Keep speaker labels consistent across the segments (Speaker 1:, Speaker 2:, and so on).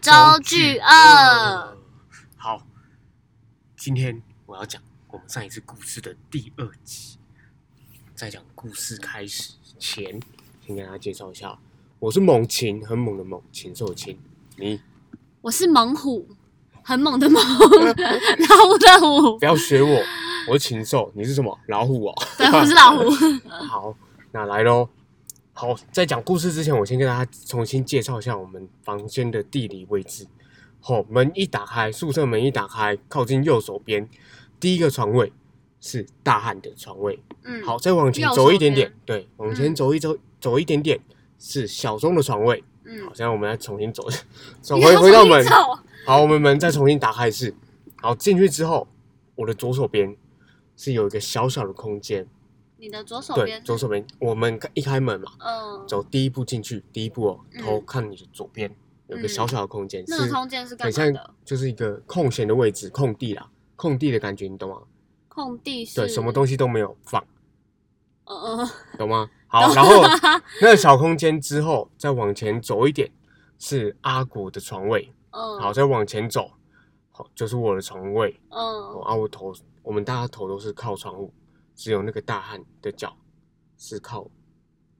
Speaker 1: 周巨二。
Speaker 2: 好，今天我要讲我们上一次故事的第二集。在讲故事开始前，先跟大家介绍一下，我是猛禽，很猛的猛，禽兽的禽。你
Speaker 1: 我是猛虎，很猛的 猛，老虎的虎
Speaker 2: 不。要学我，我是禽兽，你是什么？老虎哦。
Speaker 1: 对，我是 老虎。
Speaker 2: 好，那来喽。好，在讲故事之前，我先跟大家重新介绍一下我们房间的地理位置。好、门一打开，宿舍门一打开，靠近右手边，第一个床位是大汉的床位。
Speaker 1: 嗯，
Speaker 2: 好，再往前
Speaker 1: 右
Speaker 2: 走一
Speaker 1: 手
Speaker 2: 点点
Speaker 1: 边，
Speaker 2: 对，往前
Speaker 1: 嗯
Speaker 2: 走一走，走一点点是小钟的床位。
Speaker 1: 嗯
Speaker 2: 好，，现在我们要重新走， 走
Speaker 1: 你
Speaker 2: 回
Speaker 1: 要
Speaker 2: 回
Speaker 1: 重
Speaker 2: 到
Speaker 1: 新
Speaker 2: 门。
Speaker 1: 走
Speaker 2: 好，我们门再重新打开一次。好，进去之后，我的左手边是有一个小小的空间，
Speaker 1: 你的左手
Speaker 2: 对，
Speaker 1: 边，
Speaker 2: 左手，边。我们一开门嘛，
Speaker 1: 嗯，
Speaker 2: 走第一步进去，第一步哦，
Speaker 1: 嗯
Speaker 2: 头看你的左边有个小小的空间，
Speaker 1: 那个
Speaker 2: 是
Speaker 1: 空间是干
Speaker 2: 很
Speaker 1: 嘛
Speaker 2: 像
Speaker 1: 的？
Speaker 2: 就是一个空闲的位置，空地啦，空地的感觉，你懂吗？
Speaker 1: 空地是
Speaker 2: 对，什么东西都没有放，
Speaker 1: 嗯嗯，
Speaker 2: 懂吗？好，然后那个小空间之后，再往前走一点是阿果的床位，
Speaker 1: 嗯，
Speaker 2: 好，，再往前走，好，就是我的床位。哦，
Speaker 1: 嗯，
Speaker 2: 啊，我头，我们大家头都是靠窗户，只有那个大汉的脚是靠，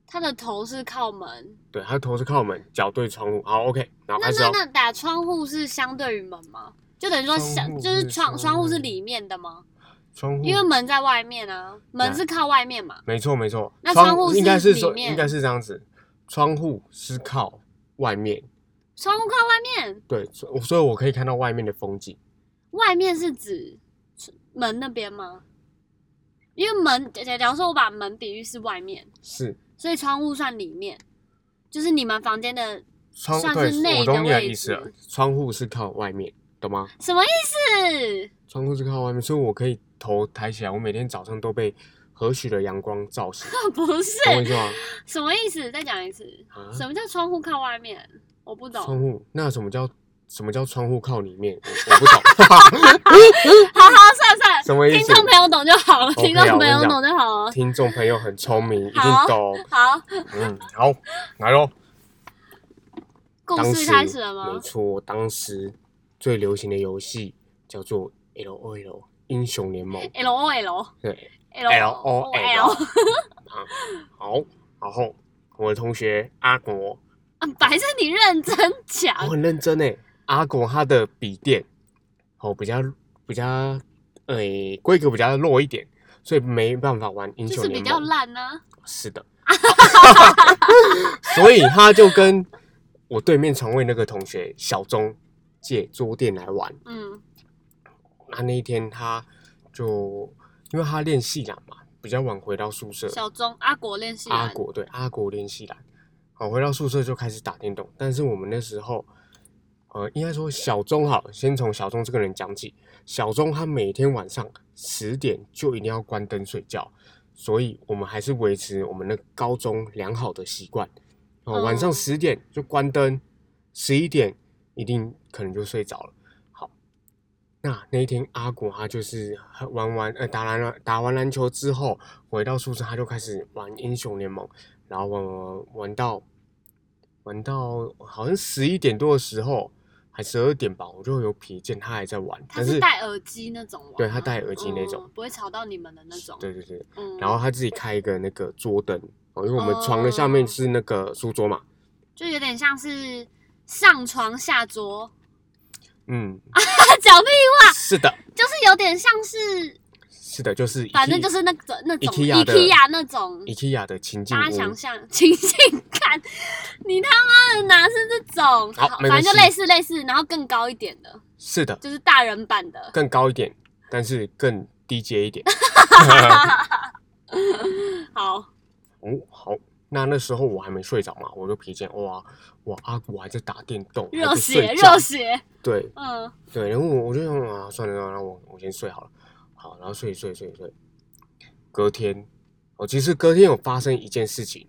Speaker 1: 他的头是靠门，
Speaker 2: 对，他的头是靠门，脚对窗户。好，OK，然后
Speaker 1: 那
Speaker 2: 开始
Speaker 1: 那
Speaker 2: 哦，
Speaker 1: 那打窗户是相对于门吗？就等于说
Speaker 2: 窗
Speaker 1: 相
Speaker 2: 户
Speaker 1: 就是
Speaker 2: 是
Speaker 1: 窗
Speaker 2: 窗
Speaker 1: 窗户是
Speaker 2: 户
Speaker 1: 里面的吗？
Speaker 2: 窗户，
Speaker 1: 因为门在外面啊，门
Speaker 2: 对
Speaker 1: 是靠外面嘛。
Speaker 2: 没错没错，
Speaker 1: 那窗户
Speaker 2: 应该
Speaker 1: 是
Speaker 2: 是
Speaker 1: 里
Speaker 2: 说
Speaker 1: 面
Speaker 2: 应该是这样子，窗户是靠外面，
Speaker 1: 窗户靠外面，
Speaker 2: 对，所以所以我可以看到外面的风景。
Speaker 1: 外面是指门那边吗？因为门，假假如说我把门比喻是外面，
Speaker 2: 是
Speaker 1: 所以窗户算里面，就是你们房间的
Speaker 2: 窗，
Speaker 1: 算
Speaker 2: 对
Speaker 1: 是，内
Speaker 2: 我
Speaker 1: 的
Speaker 2: 懂你的
Speaker 1: 位
Speaker 2: 意思了
Speaker 1: 置。
Speaker 2: 窗户是靠外面，懂吗？
Speaker 1: 什么意思？
Speaker 2: 窗户是靠外面，所以我可以头抬起来。我每天早上都被和煦的阳光照醒，
Speaker 1: 不是
Speaker 2: 懂我意思吗？
Speaker 1: 什么意思？再讲一次，
Speaker 2: 啊
Speaker 1: 什么叫窗户靠外面？我不懂。
Speaker 2: 窗户，那什么叫什么叫窗户靠里面？我我不懂。
Speaker 1: 好好，算了算了，
Speaker 2: 什么意思
Speaker 1: 听众朋友懂就好了，
Speaker 2: OK 啊
Speaker 1: 听众朋友懂就好了。
Speaker 2: 听众朋友很聪明，一定
Speaker 1: 好
Speaker 2: 懂。
Speaker 1: 好，
Speaker 2: 嗯，好，来喽。
Speaker 1: 故
Speaker 2: 当
Speaker 1: 事
Speaker 2: 时
Speaker 1: 开始了吗
Speaker 2: 没？错，当时最流行的游戏叫做 L O L 英雄联盟，
Speaker 1: L O L
Speaker 2: 对
Speaker 1: L
Speaker 2: O 啊，好，然后我的同学阿国，
Speaker 1: 啊白色，你认真讲。
Speaker 2: 我很认真诶。阿国他的笔电哦比较比较诶规格比较弱一点，所以没办法玩英
Speaker 1: 就
Speaker 2: 雄
Speaker 1: 是
Speaker 2: 联
Speaker 1: 比
Speaker 2: 盟。
Speaker 1: 较烂呢、
Speaker 2: 是的， 所以他就跟我对面床位那个同学小钟借桌垫来玩。
Speaker 1: 嗯
Speaker 2: 那那一天他就因为他练戏篮嘛，比较晚回到宿舍，。
Speaker 1: 小钟阿国练习
Speaker 2: 阿
Speaker 1: 篮，
Speaker 2: 国对阿国练习篮，好回到宿舍就开始打电动。但是我们那时候，呃，应该说小钟好了，先从小钟这个人讲起。小钟他每天晚上十点就一定要关灯睡觉，所以我们还是维持我们的高中良好的习惯。哦、晚上
Speaker 1: 嗯
Speaker 2: 十点就关灯，十一点一定可能就睡着了。好，那那一天阿果他就是玩完呃打篮打完篮球之后回到宿舍，他就开始玩英雄联盟，然后玩玩玩玩到玩到好像十一点多的时候，还十二点吧，我就有瞥见他还在玩，
Speaker 1: 他
Speaker 2: 但
Speaker 1: 是
Speaker 2: 是
Speaker 1: 戴耳机那种玩吗，
Speaker 2: 对他戴耳机那种
Speaker 1: 嗯不会吵到你们的那种。
Speaker 2: 对对对，
Speaker 1: 嗯，
Speaker 2: 然后他自己开一个那个桌灯。哦，因为我们床的下面
Speaker 1: 哦
Speaker 2: 是那个书桌嘛，
Speaker 1: 就有点像是上床下桌，
Speaker 2: 嗯，
Speaker 1: 他讲屁，
Speaker 2: 是的，
Speaker 1: 就是有点像是，
Speaker 2: 是的，就是
Speaker 1: 反正
Speaker 2: IKEA-
Speaker 1: 就是那种那种
Speaker 2: IKEA 的
Speaker 1: IKEA 那种
Speaker 2: IKEA 的情境
Speaker 1: 大家
Speaker 2: 屋，
Speaker 1: 想象情境看，你他妈的哪是这种？
Speaker 2: 好没
Speaker 1: 反
Speaker 2: 关系
Speaker 1: 正就类似类似，然后更高一点的，
Speaker 2: 是的，
Speaker 1: 就是大人版 的。
Speaker 2: 更高一点，但是更低阶一点。
Speaker 1: 好，
Speaker 2: 哦，好，那那时候我还没睡着嘛，我就瞥见哇，哇阿古还在打电动，还
Speaker 1: 热
Speaker 2: 不
Speaker 1: 血
Speaker 2: 睡觉
Speaker 1: 热血，
Speaker 2: 对
Speaker 1: 嗯
Speaker 2: 对，然后我我就想啊，算了算了，那我我先睡好了，好，然后睡一睡睡一睡，隔天，哦，其实隔天有发生一件事情，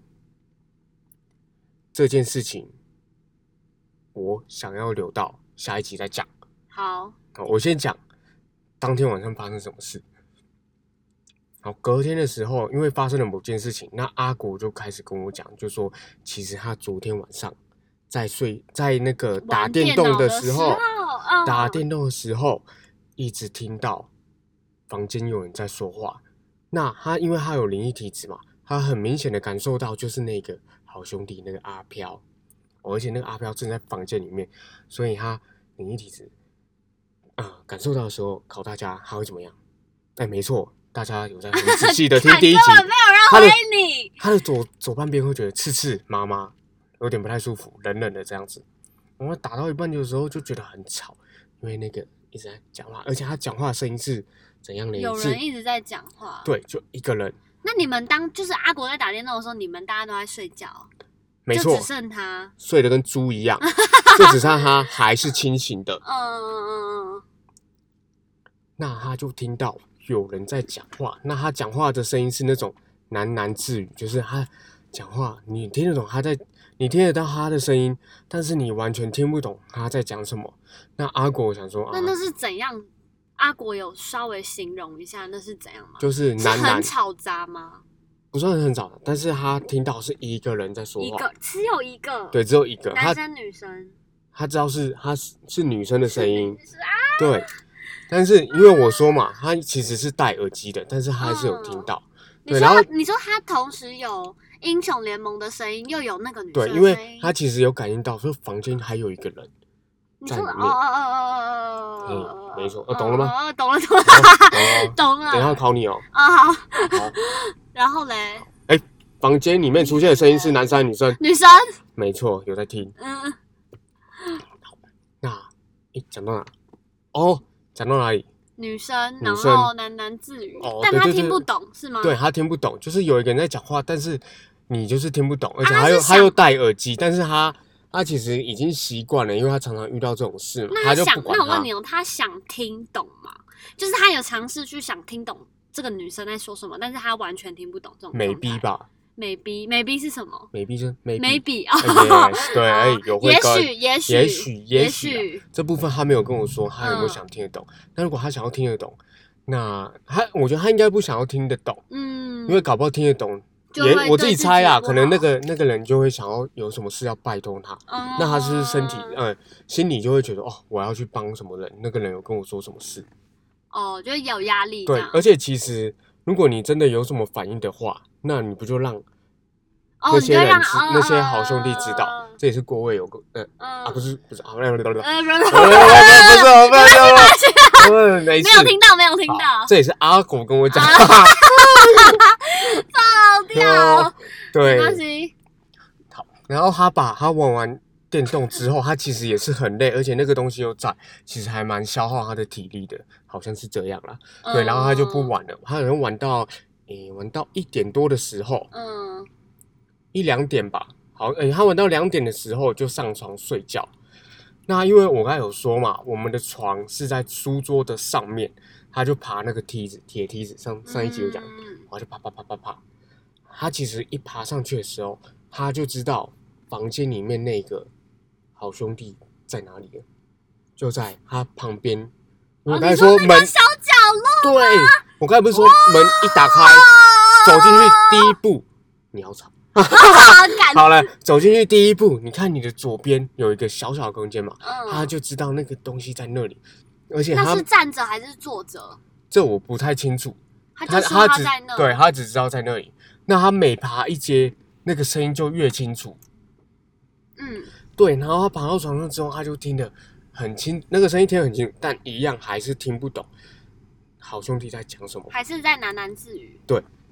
Speaker 2: 这件事情我想要留到下一集再讲。
Speaker 1: 好，
Speaker 2: 好，我先讲当天晚上发生什么事。好，隔天的时候，因为发生了某件事情，那阿国就开始跟我讲，就说其实他昨天晚上在睡在那个打
Speaker 1: 玩电
Speaker 2: 动
Speaker 1: 脑的
Speaker 2: 时
Speaker 1: 候
Speaker 2: 候，，
Speaker 1: 嗯
Speaker 2: 打电动的时候，一直听到房间有人在说话。那他因为他有灵异体质嘛，他很明显的感受到就是那个好兄弟那个阿飘，哦而且那个阿飘正在房间里面，所以他灵异体质啊、感受到的时候，考大家他会怎么样？哎，没错，大家有在很仔细的 听
Speaker 1: 看
Speaker 2: 第一集
Speaker 1: 根，本没有
Speaker 2: 他
Speaker 1: 人
Speaker 2: 的
Speaker 1: 回你，
Speaker 2: 他的左左半边会觉得刺刺麻麻，有点不太舒服，冷冷的这样子。然后打到一半的时候就觉得很吵，因为那个一直在讲话，而且他讲话的声音是怎样的？
Speaker 1: 有
Speaker 2: 是
Speaker 1: 人一直在讲话。，
Speaker 2: 对，就一个人，
Speaker 1: 那你们当就是阿国在打电动的时候，你们大家都在睡觉，
Speaker 2: 没
Speaker 1: 就
Speaker 2: 错
Speaker 1: 只，剩他。
Speaker 2: 睡得跟猪一样，就只剩他还是清醒的。
Speaker 1: 嗯嗯嗯嗯
Speaker 2: 那他就听到有人在讲话，那他讲话的声音是那种喃喃自语，就是他讲话，你听得懂他在，你听得到他的声音，但是你完全听不懂他在讲什么。那阿果想说
Speaker 1: 嗯，
Speaker 2: 啊
Speaker 1: 那，那是怎样？阿国有稍微形容一下那是怎样吗？
Speaker 2: 就是
Speaker 1: 是
Speaker 2: 喃
Speaker 1: 很
Speaker 2: 喃，
Speaker 1: 吵杂吗？
Speaker 2: 不算很早，但是他听到是一个人在说
Speaker 1: 一
Speaker 2: 话
Speaker 1: 个，只有一个，
Speaker 2: 对，，只有一个，
Speaker 1: 男
Speaker 2: 他
Speaker 1: 生女生
Speaker 2: 他知道是他是是女生的声音，
Speaker 1: 是啊，
Speaker 2: 对。但是因为我说嘛，他其实是戴耳机的，但是他还是有听
Speaker 1: 嗯
Speaker 2: 到。
Speaker 1: 你
Speaker 2: 对
Speaker 1: 说
Speaker 2: 然后
Speaker 1: 他你说他同时有英雄联盟的声音，又有那个女生
Speaker 2: 对，
Speaker 1: 的
Speaker 2: 因为
Speaker 1: 声音
Speaker 2: 他其实有感应到，说房间还有一个人。
Speaker 1: 你说哦
Speaker 2: 在
Speaker 1: 哦
Speaker 2: 里面
Speaker 1: 哦哦哦哦，
Speaker 2: 嗯没错呃懂了吗
Speaker 1: 哦，哦懂了懂了
Speaker 2: 哦
Speaker 1: 懂了。
Speaker 2: 等一下考你哦。
Speaker 1: 啊好，
Speaker 2: 好，
Speaker 1: 然后嘞，
Speaker 2: 房间里面出现的声音是男生还是女生？
Speaker 1: 女生，
Speaker 2: 没错，有在听。
Speaker 1: 嗯，
Speaker 2: 那，诶，讲到哪？哦，讲到哪里？
Speaker 1: 女生，
Speaker 2: 女
Speaker 1: 然
Speaker 2: 生
Speaker 1: 后喃喃自语
Speaker 2: 哦，
Speaker 1: 但
Speaker 2: 对
Speaker 1: 她
Speaker 2: 对
Speaker 1: 听
Speaker 2: 对
Speaker 1: 不懂是吗？
Speaker 2: 对他听不懂，就是有一个人在讲话，但是你就是听不懂，而且
Speaker 1: 啊他
Speaker 2: 他又
Speaker 1: 是
Speaker 2: 他又
Speaker 1: 想
Speaker 2: 戴耳机，但是他他其实已经习惯了，因为他常常遇到这种事嘛，
Speaker 1: 那
Speaker 2: 他
Speaker 1: 她
Speaker 2: 就
Speaker 1: 想
Speaker 2: 不，管
Speaker 1: 那我
Speaker 2: 他
Speaker 1: 问你。哦，她想听懂吗？就是她有尝试去想听懂这个女生在说什么，但是她完全听不懂这种。
Speaker 2: 美逼？吧，
Speaker 1: 美逼，美逼是什么
Speaker 2: 美逼就美逼。
Speaker 1: ？maybe
Speaker 2: 哎
Speaker 1: 哦，
Speaker 2: yes，对，哎，有会
Speaker 1: 也
Speaker 2: 跟
Speaker 1: 许，也许，
Speaker 2: 也许啊也
Speaker 1: 也
Speaker 2: 许
Speaker 1: 许，
Speaker 2: 这部分他没有跟我说他有没有
Speaker 1: 嗯
Speaker 2: 想听得懂。那、如果他想要听得懂，那他我觉得他应该不想要听得懂，
Speaker 1: 嗯，
Speaker 2: 因为搞不好听得懂，
Speaker 1: 就
Speaker 2: 也
Speaker 1: 会
Speaker 2: 我
Speaker 1: 对
Speaker 2: 己
Speaker 1: 自
Speaker 2: 猜
Speaker 1: 己
Speaker 2: 啊，
Speaker 1: 不
Speaker 2: 可能那
Speaker 1: 好
Speaker 2: 个那个人就会想要有什么事要拜托他，
Speaker 1: 那
Speaker 2: 那他是不是身体呃心里就会觉得哦，我要去帮什么人，那个人有跟我说什么事，
Speaker 1: 哦，就是有压力这
Speaker 2: 对
Speaker 1: 样，
Speaker 2: 而且其实如果你真的有什么反应的话，那你不就让
Speaker 1: 哦，
Speaker 2: 那
Speaker 1: 你就
Speaker 2: 些人
Speaker 1: 让
Speaker 2: 知、
Speaker 1: 哦
Speaker 2: 那些好兄弟知道，
Speaker 1: 哦
Speaker 2: 这也是郭位有个呃、
Speaker 1: 嗯，
Speaker 2: 啊不是不是啊，不是不是不是不是
Speaker 1: 呃，不是
Speaker 2: 不 是不是不是没
Speaker 1: 没
Speaker 2: 事
Speaker 1: 有。听到，没有听
Speaker 2: 好
Speaker 1: 到，啊
Speaker 2: 这也是阿狗跟我讲。
Speaker 1: 爆掉，啊没关
Speaker 2: 对，
Speaker 1: 系，
Speaker 2: 然后他把他玩完电动之后，他其实也是很累，而且那个东西又在，其实还蛮消耗他的体力的，好像是这样啦。
Speaker 1: 嗯
Speaker 2: 对，然后他就不玩了，他好像玩到诶、玩到一点多的时候，
Speaker 1: 嗯，嗯，
Speaker 2: 一两点吧。好，诶、他玩到两点的时候就上床睡觉。那因为我刚才有说嘛，我们的床是在书桌的上面，他就爬那个梯子，铁梯子。上上一集有讲，
Speaker 1: 嗯
Speaker 2: 然后就爬爬爬爬爬。他其实一爬上去的时候，他就知道房间里面那个好兄弟在哪里了，就在他旁边。我刚才
Speaker 1: 哦你说那
Speaker 2: 门，
Speaker 1: 个小角落，
Speaker 2: 对我刚才不是说门一打开，走进去啊第一步，鸟巢。
Speaker 1: 嗯好感动，
Speaker 2: 好了，走进去第一步，你看你的左边有一个小小的空间嘛，他
Speaker 1: 嗯，
Speaker 2: 就知道那个东西在那里，而且
Speaker 1: 那
Speaker 2: 他
Speaker 1: 是站着还是坐着？
Speaker 2: 这我不太清楚，
Speaker 1: 他
Speaker 2: 他
Speaker 1: 就说
Speaker 2: 他只
Speaker 1: 在那，
Speaker 2: 对，他只知道在那里。那他每爬一阶，那个声音就越清楚。
Speaker 1: 嗯，
Speaker 2: 对，然后他爬到床上之后，他就听得很清，那个声音听得很清楚，但一样还是听不懂好兄弟在讲什么。
Speaker 1: 还是在喃喃自语，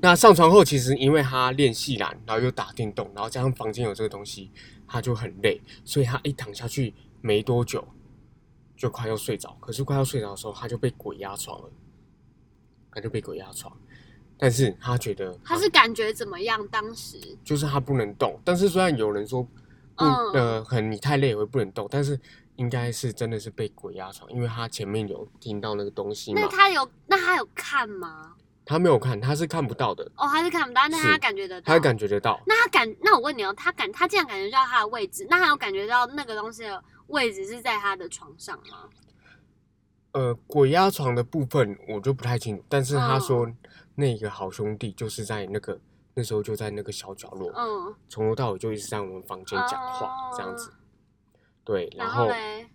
Speaker 2: 那上床后，其实因为他练戏篮，然后又打电动，然后加上房间有这个东西，他就很累，所以他一躺下去没多久就快要睡着。可是快要睡着的时候，他就被鬼压床了，他就被鬼压床。但是他觉得
Speaker 1: 他是感觉怎么样？当时，
Speaker 2: 就是他不能动。但是虽然有人说不、
Speaker 1: 嗯
Speaker 2: 呃，可能你太累也会不能动，但是应该是真的是被鬼压床，因为他前面有听到那个东西嘛
Speaker 1: 那，他有那他有看吗？
Speaker 2: 他没有看，他是看不到的，
Speaker 1: 哦，他是看不到，那他
Speaker 2: 是
Speaker 1: 感觉得到，
Speaker 2: 他感觉得到。
Speaker 1: 那他感，那我问你哦，他感，他竟然感觉到他的位置，那他有感觉到那个东西的位置是在他的床上吗？
Speaker 2: 呃，鬼压床的部分我就不太清楚，但是他说
Speaker 1: 嗯
Speaker 2: 那个好兄弟就是在那个那时候就在那个小角落，
Speaker 1: 嗯，
Speaker 2: 从头到尾就一直在我们房间讲话
Speaker 1: 哦
Speaker 2: 这样子。对，然
Speaker 1: 然
Speaker 2: 后
Speaker 1: 嘞，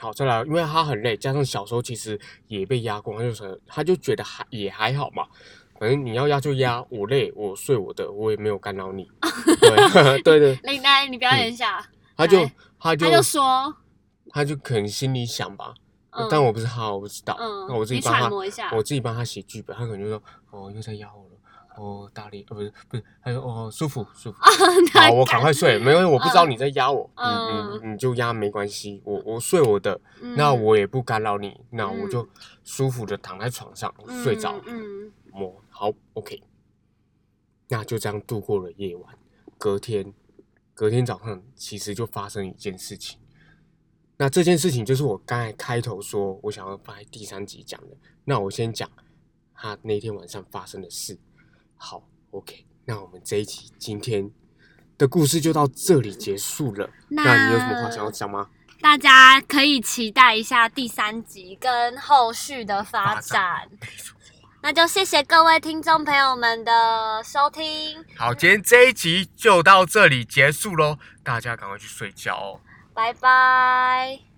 Speaker 2: 好再来，因为他很累，加上小时候其实也被压过，他就想他就觉得还也还好嘛，反正你要压就压，我累我睡我的，我也没有干扰你。对对 对，
Speaker 1: 林丹，你表演一下。
Speaker 2: 他就
Speaker 1: 来
Speaker 2: 他嗯就
Speaker 1: 他就说，
Speaker 2: 他就可能心里想吧，
Speaker 1: 嗯，
Speaker 2: 但我不是他，我不知道，
Speaker 1: 嗯，
Speaker 2: 那我自己
Speaker 1: 你
Speaker 2: 帮
Speaker 1: 揣
Speaker 2: 他
Speaker 1: 摩一下，
Speaker 2: 我自己帮他写剧本，他可能就说哦又在压我了，哦大力呃不是不是，他说哦舒服 舒服，好我赶快睡，没有我不知道你在压我，
Speaker 1: 嗯
Speaker 2: 你你你就压没关系，我我睡我的，那
Speaker 1: 嗯
Speaker 2: 我也不干扰你，那我
Speaker 1: 嗯
Speaker 2: 就舒服的躺在床上睡着，
Speaker 1: 嗯，嗯
Speaker 2: 我好 OK，那就这样度过了夜晚。隔天，隔天早上其实就发生一件事情。那这件事情就是我刚才开头说我想要放在第三集讲的。那我先讲他那天晚上发生的事。好，OK，那我们这一集今天的故事就到这里结束了。那你有什么话想要讲吗？
Speaker 1: 大家可以期待一下第三集跟后续的发展。那就谢谢各位听众朋友们的收听，
Speaker 2: 好，今天这一集就到这里结束喽，大家赶快去睡觉哦。
Speaker 1: 拜拜。